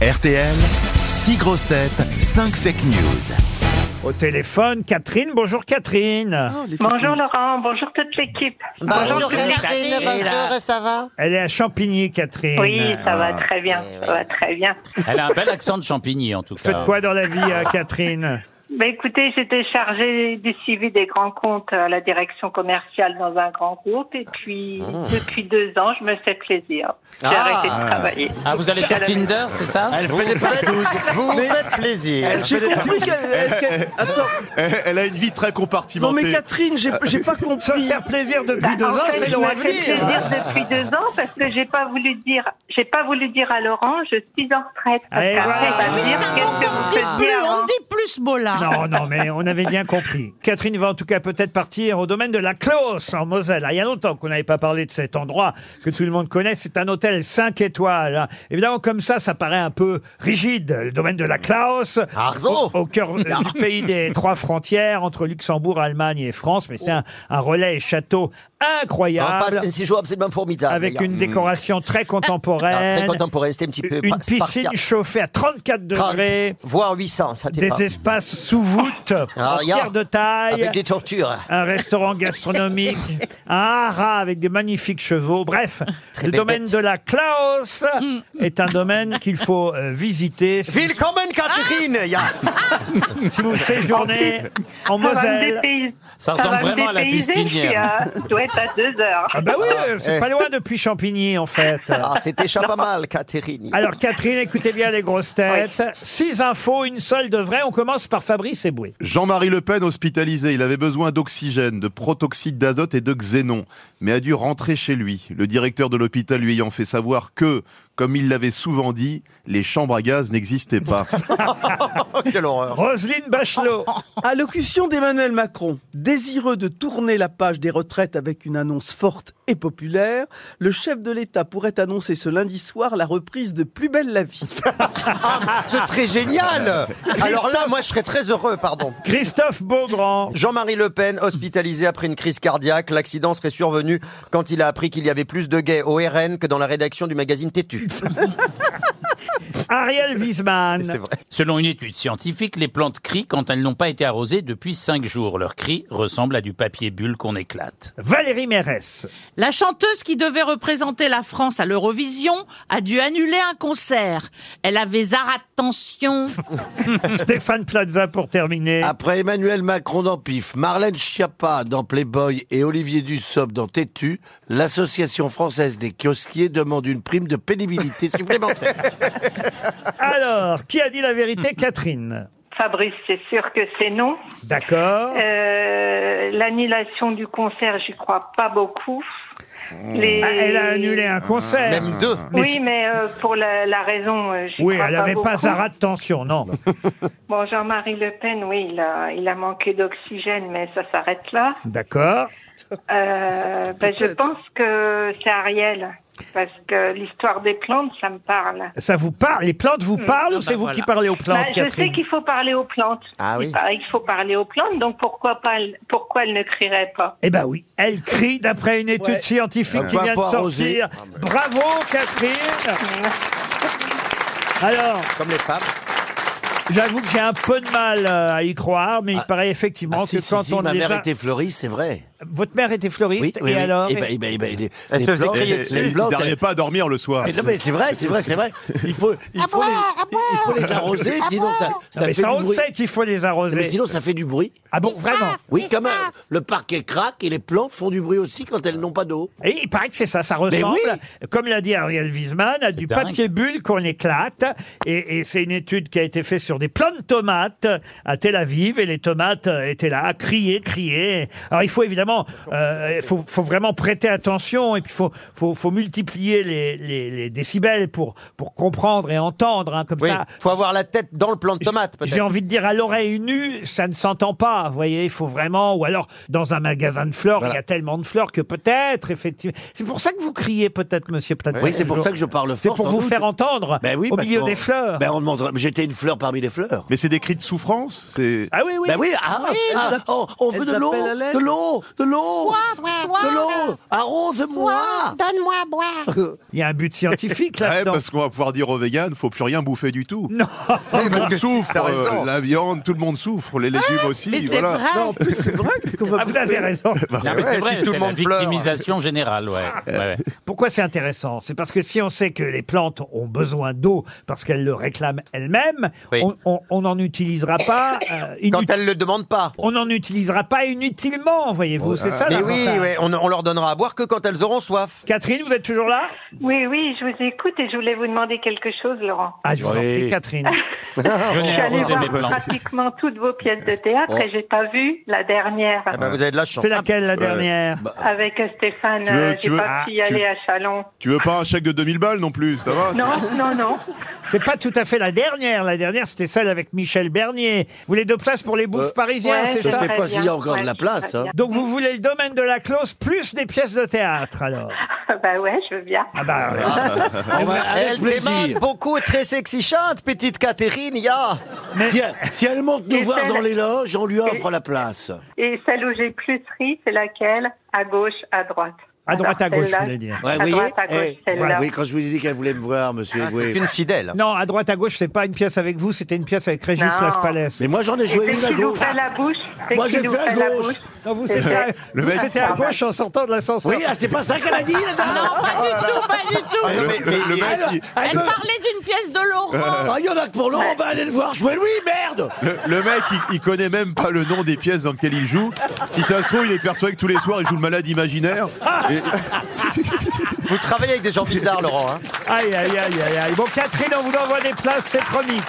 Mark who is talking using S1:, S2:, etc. S1: RTL, 6 grosses têtes, 5 fake news.
S2: Au téléphone, Catherine. Bonjour Catherine.
S3: Bonjour Laurent, bonjour toute l'équipe.
S4: Ah, Bonjour
S3: toute l'équipe.
S4: Catherine, bonjour, ça va
S2: Elle est à Champigny, Catherine.
S3: Oui, ça va très bien,
S4: Eh
S3: ça va très bien.
S5: Elle a un bel accent de champigny en tout cas.
S2: Faites quoi dans la vie,
S3: Ah.
S2: euh, Catherine
S3: Bah, écoutez, j'étais chargée du suivi des grands comptes à la direction commerciale dans un grand groupe et puis depuis deux ans, je me fais plaisir. J'ai
S4: Ah.
S3: arrêté de travailler.
S5: Ah, vous allez faire Tinder, c'est ça
S4: Vous vous faites, vous vous faites plaisir.
S6: J'ai compris qu'elle. qu'elle- Attends,
S1: Elle, elle a une vie très
S6: non
S1: compartimentée.
S6: mais Catherine, j'ai j'ai pas
S2: Se
S6: compris.
S2: faire plaisir
S3: Bah,
S2: depuis deux
S3: en
S2: ans,
S3: fait,
S2: c'est
S3: je
S2: long
S3: me
S2: à
S3: fais
S2: venir.
S3: plaisir depuis deux ans parce que j'ai pas voulu dire, j'ai pas voulu dire à Laurent, je suis en retraite. Parce
S2: Eh
S3: qu'après, il
S2: voilà.
S3: va me dire qu'est-ce que vous faisiez avant.
S2: Non, non, mais on avait bien compris. Catherine va en tout cas peut-être partir au domaine de la Clos en Moselle. Ah, Il y a longtemps qu'on n'avait pas parlé de cet endroit que tout le monde connaît. C'est un hôtel 5 étoiles. hein. Évidemment, comme ça, ça paraît un peu rigide. Le domaine de la Klaus,
S4: Arzo.
S2: au, au cœur euh, du pays des trois frontières, entre Luxembourg, Allemagne et France. Mais c'est un, un relais et château incroyable,
S4: C'est jour absolument formidable.
S2: avec
S4: les
S2: une
S4: gars.
S2: décoration très
S4: Ah,
S2: contemporaine.
S4: Très contemporain, c'était un petit peu
S2: Une
S4: pa-
S2: piscine
S4: spartiate.
S2: chauffée à 34
S4: 30,
S2: degrés
S4: voire 800, ça t'est
S2: des
S4: pas.
S2: espaces sous voûte, en
S4: Ah, regarde.
S2: pierre de taille,
S4: Avec des tortures.
S2: un restaurant gastronomique, un haras avec des magnifiques chevaux. Bref, le
S4: belle
S2: domaine
S4: bête. Mm.
S2: de la Klaus est un domaine qu'il faut euh, visiter si,
S4: Willkommen Catherine ja.
S2: si vous séjournez en
S3: Ça va me
S2: Moselle.
S3: dépayser.
S5: Ça ressemble
S3: va me
S5: vraiment à la
S3: dépayser, je suis
S5: fustinière.
S3: à- Je dois être à deux heures.
S2: Ah bah oui, euh, c'est
S4: eh.
S2: pas loin depuis Champigny en fait.
S4: Ah, c'était déjà pas mal Catherine.
S2: Alors Catherine, écoutez bien les grosses têtes. Six infos, une seule de vraie. On commence par Fabrice Eboué.
S1: Jean-Marie Le Pen hospitalisé, il avait besoin d'oxygène, de protoxyde d'azote et de xénon, mais a dû rentrer chez lui. Le directeur de l'hôpital lui ayant fait savoir que, comme il l'avait souvent dit, les chambres à gaz n'existaient pas.
S4: Oh, quelle horreur.
S2: Roselyne Bachelot.
S4: Oh.
S6: Allocution d'Emmanuel Macron. Désireux de tourner la page des retraites avec une annonce forte et populaire, le chef de l'État pourrait annoncer ce lundi soir la reprise de Plus belle la vie.
S2: ah,
S4: Ce serait génial. Ah, Alors là, moi, je serais très heureux, pardon.
S2: Christophe Beaugrand.
S4: Jean-Marie Le Pen, hospitalisé après une crise cardiaque, l'accident serait survenu quand il a appris qu'il y avait plus de gays au RN que dans la rédaction du magazine Tétu.
S2: Ariel
S4: C'est
S2: Wiesman.
S4: vrai.
S5: Selon une étude scientifique, les plantes crient quand elles n'ont pas été arrosées depuis 5 jours. Leur cri ressemble à du papier bulle qu'on éclate.
S2: Valérie Mérès.
S7: La chanteuse qui devait représenter la France à l'Eurovision a dû annuler un concert. Elle avait Zara de tension.
S2: Stéphane Plaza pour terminer.
S8: Après Emmanuel Macron dans PIF, Marlène Schiappa dans Playboy et Olivier Dussopt dans Tétu, l'Association française des kiosquiers demande une prime de pénibilité supplémentaire.
S2: Alors, qui a dit la vérité Catherine.
S3: Fabrice, c'est sûr que c'est non.
S2: D'accord.
S3: Euh, L'annulation du concert, j'y crois pas beaucoup. Les-
S2: Ah, Elle a annulé un concert.
S4: Même deux.
S3: euh, Oui, mais euh, pour la, la raison, euh, j'y
S2: Oui,
S3: crois
S2: elle n'avait pas
S3: beaucoup.
S2: Zara de tension, non.
S3: Bon, Jean-Marie Le Pen, oui, il a, il a manqué d'oxygène, mais ça s'arrête là.
S2: D'accord.
S3: Euh, ben, je
S6: Peut-être.
S3: pense que c'est Ariel, parce que l'histoire des plantes, ça me parle.
S2: Ça vous parle Les plantes vous parlent ou
S7: bah
S2: c'est vous
S7: voilà.
S2: qui parlez aux
S3: Mm. Bah,
S2: plantes,
S3: je sais
S2: Catherine
S3: qu'il faut parler aux plantes.
S4: Ah oui.
S3: Il paraît qu'il faut parler aux plantes, donc pourquoi pas elle- Pourquoi elle ne crierait pas
S2: Eh ben oui, elle crie d'après une étude
S6: Ouais.
S2: scientifique qui
S8: bah,
S2: vient de
S8: faut arroser.
S2: sortir. Bravo, Catherine Alors,
S4: Comme les femmes.
S2: j'avoue que j'ai un peu de mal euh, à y croire, mais il
S8: Ah.
S2: paraît effectivement
S8: Ah, si,
S2: que
S8: si,
S2: quand
S8: si,
S2: on
S8: ma
S2: les
S8: mère
S2: a-
S8: était fleuriste, c'est vrai.
S2: Votre mère était
S8: Oui,
S2: fleuriste,
S8: oui,
S2: et
S8: oui.
S2: alors
S8: Eh ben, eh ben, eh ben, les-
S4: Elle
S8: les
S4: se faisait
S8: plantes-
S4: crier
S1: Et- et-
S8: les
S1: et ils
S8: plantes,
S1: n'arrivaient pas à dormir le soir.
S8: Mais non, mais c'est vrai, c'est vrai, c'est vrai. Il faut, il faut, les, il faut les arroser, sinon ça, ça
S2: Non, mais
S8: fait
S2: ça,
S8: du
S2: on le
S8: bruit.
S2: sait qu'il faut les
S8: Non, Mais
S2: arroser.
S8: sinon, ça fait du bruit.
S2: Ah bon, vraiment
S8: Oui, comme un- le parquet craque et les plantes font du bruit aussi quand elles n'ont pas d'eau.
S2: Et il paraît que c'est ça, ça
S8: Mais
S2: ressemble,
S8: oui.
S2: comme l'a dit Ariel Wiesman, à du
S5: dingue.
S2: papier bulle qu'on éclate. Et, et c'est une étude qui a été faite sur des plants de tomates à Tel Aviv. Et les tomates euh, étaient là, à crier, crier. Alors il faut évidemment, euh, il faut, faut vraiment prêter attention. Et puis il faut, faut, faut multiplier les, les, les décibels pour, pour comprendre et entendre. hein, comme
S4: Oui.
S2: ça,
S4: Faut avoir la tête dans le plant de tomate,
S2: J'ai
S4: peut-être.
S2: envie de dire à l'oreille nue, ça ne s'entend pas. Vous voyez, il faut vraiment. Ou alors, dans un magasin de fleurs, il y a tellement de fleurs que peut-être, effectivement. C'est pour ça que vous criez, peut-être, monsieur Platon.
S8: Oui, c'est pour ça que je parle fort.
S2: C'est pour
S8: sans
S2: vous
S8: doute.
S2: faire entendre
S8: Ben oui,
S2: au
S8: parce
S2: milieu
S8: qu'on-
S2: des fleurs.
S8: Ben on demandera. mais J'étais une fleur parmi les fleurs.
S1: Mais c'est des cris de souffrance. C'est
S2: ah oui, oui.
S8: Ben oui, ah, ah,
S6: s'appelle-
S8: oh, on veut
S6: elle
S8: de l'eau,
S6: s'appelle Alain.
S8: de l'eau, de l'eau,
S9: Soif,
S8: de l'eau, arrose-moi.
S9: soif, donne-moi à boire.
S2: Il y a un but scientifique
S1: Ouais,
S2: là-dedans.
S1: parce qu'on va pouvoir dire aux véganes, faut plus rien bouffer du
S8: ben
S1: tout.
S2: Non. ah,
S1: Tout le monde souffre,
S4: t'as
S1: euh,
S4: raison.
S1: la viande, tout le monde souffre, les légumes aussi.
S7: Mais c'est
S1: voilà. Bah,
S7: vrai.
S6: Non, en plus, c'est vrai, qu'est-ce qu'on va
S2: Ah, vous avez raison.
S5: Non, mais
S4: ouais,
S5: c'est
S4: si
S5: vrai,
S4: tout le
S5: c'est la
S4: monde pleure.
S5: victimisation générale, ouais. Ouais, ouais.
S2: Pourquoi c'est intéressant C'est parce que si on sait que les plantes ont besoin d'eau parce qu'elles le réclament elles-mêmes,
S4: Oui.
S2: on- on on n'en utilisera pas euh,
S4: Quand
S2: inutile-
S4: elle le demande pas.
S2: on n'en utilisera pas inutilement,
S8: Oh,
S2: voyez-vous. C'est
S8: euh,
S2: ça
S4: Mais oui,
S2: l'avantage.
S4: ouais, on, on leur donnera à boire que quand elles auront soif.
S2: Catherine, vous êtes toujours là
S3: Oui, oui, je vous écoute et je voulais vous demander quelque chose, Laurent.
S2: Ah, je vous en
S8: Oui.
S2: prie, Catherine.
S3: Je
S2: Eh,
S5: Venez
S3: suis allée
S5: arroser
S3: voir
S5: mes plantes.
S3: pratiquement toutes vos pièces de théâtre et j'ai pas vu la dernière
S4: Ah bah, vous avez de la chance.
S2: C'est laquelle la dernière
S3: bah. avec Stéphane.
S1: Tu veux-
S3: euh,
S1: tu
S3: J'ai
S1: veux-
S3: pas pu y
S1: ah, tu-
S3: aller à Chalon.
S1: Tu veux pas un chèque de 2000 balles non plus, ça va
S3: Non, non, non.
S2: C'est pas tout à fait la dernière. La dernière, c'était celle avec Michel Bernier. Vous voulez deux places pour les bouffes
S8: Euh,
S2: parisiennes,
S3: ouais,
S2: c'est
S8: je
S2: ça
S8: sais
S3: Très
S8: pas s'il y a
S3: bien,
S8: encore de
S3: ouais,
S8: la place.
S3: très
S8: hein.
S3: bien.
S2: Donc vous voulez le domaine de la close plus des pièces de théâtre, alors
S3: bah ouais, je veux bien.
S2: Ah bah,
S8: On va-
S4: Ah Elle
S8: avec
S4: demande
S8: plaisir.
S4: beaucoup, très sexy chante, petite Catherine, ya.
S8: Si elle, si elle monte
S3: Et
S8: nous voir
S3: celle-
S8: dans les loges, on lui offre la place.
S3: Et celle où j'ai plus ri, c'est laquelle À gauche, à droite.
S2: À droite, à
S3: Alors,
S2: gauche,
S3: celle-là,
S2: vous voulez dire.
S8: Ouais,
S3: à
S8: vous
S3: droite, à
S8: voyez
S3: gauche,
S8: Eh,
S3: celle-là.
S8: Oui, quand je vous ai dit qu'elle voulait me voir, monsieur
S4: Ah,
S8: Eboué.
S4: c'est une fidèle.
S2: Non, à droite, à gauche, c'est pas une pièce avec vous, c'était une pièce avec Régis
S3: Non.
S2: Laspalès.
S8: Mais moi, j'en ai
S3: Et
S8: joué
S3: dès
S8: une à
S3: qu'il
S8: gauche.
S3: ouvrait la bouche, dès
S8: Moi,
S3: qu'il
S8: j'ai fait à
S3: ouvrait la
S8: gauche.
S3: bouche.
S2: Non, vous,
S3: C'est
S2: c'était à,
S3: vrai.
S1: Le
S2: vous,
S1: mec-
S2: c'était à gauche en sortant de l'ascenseur.
S8: Oui, ah, c'est pas ça qu'elle a dit, la dame
S7: Non, pas du tout, pas du
S1: Le,
S7: tout.
S1: le- le mec,
S8: Elle-
S1: il-
S8: elle
S7: Elle
S8: me-
S7: parlait d'une pièce de Laurent.
S8: Ah, il y en a que pour Laurent, bah allez le voir jouer, lui, merde
S1: le, le mec, il, il connaît même pas le nom des pièces dans lesquelles il joue. Si ça se trouve, il est persuadé que tous les soirs, il joue le malade imaginaire. Et-
S4: Vous travaillez avec des gens bizarres, Laurent. hein.
S2: Aïe, aïe, aïe, aïe, aïe. Bon, Catherine, on vous envoie des places, c'est promis.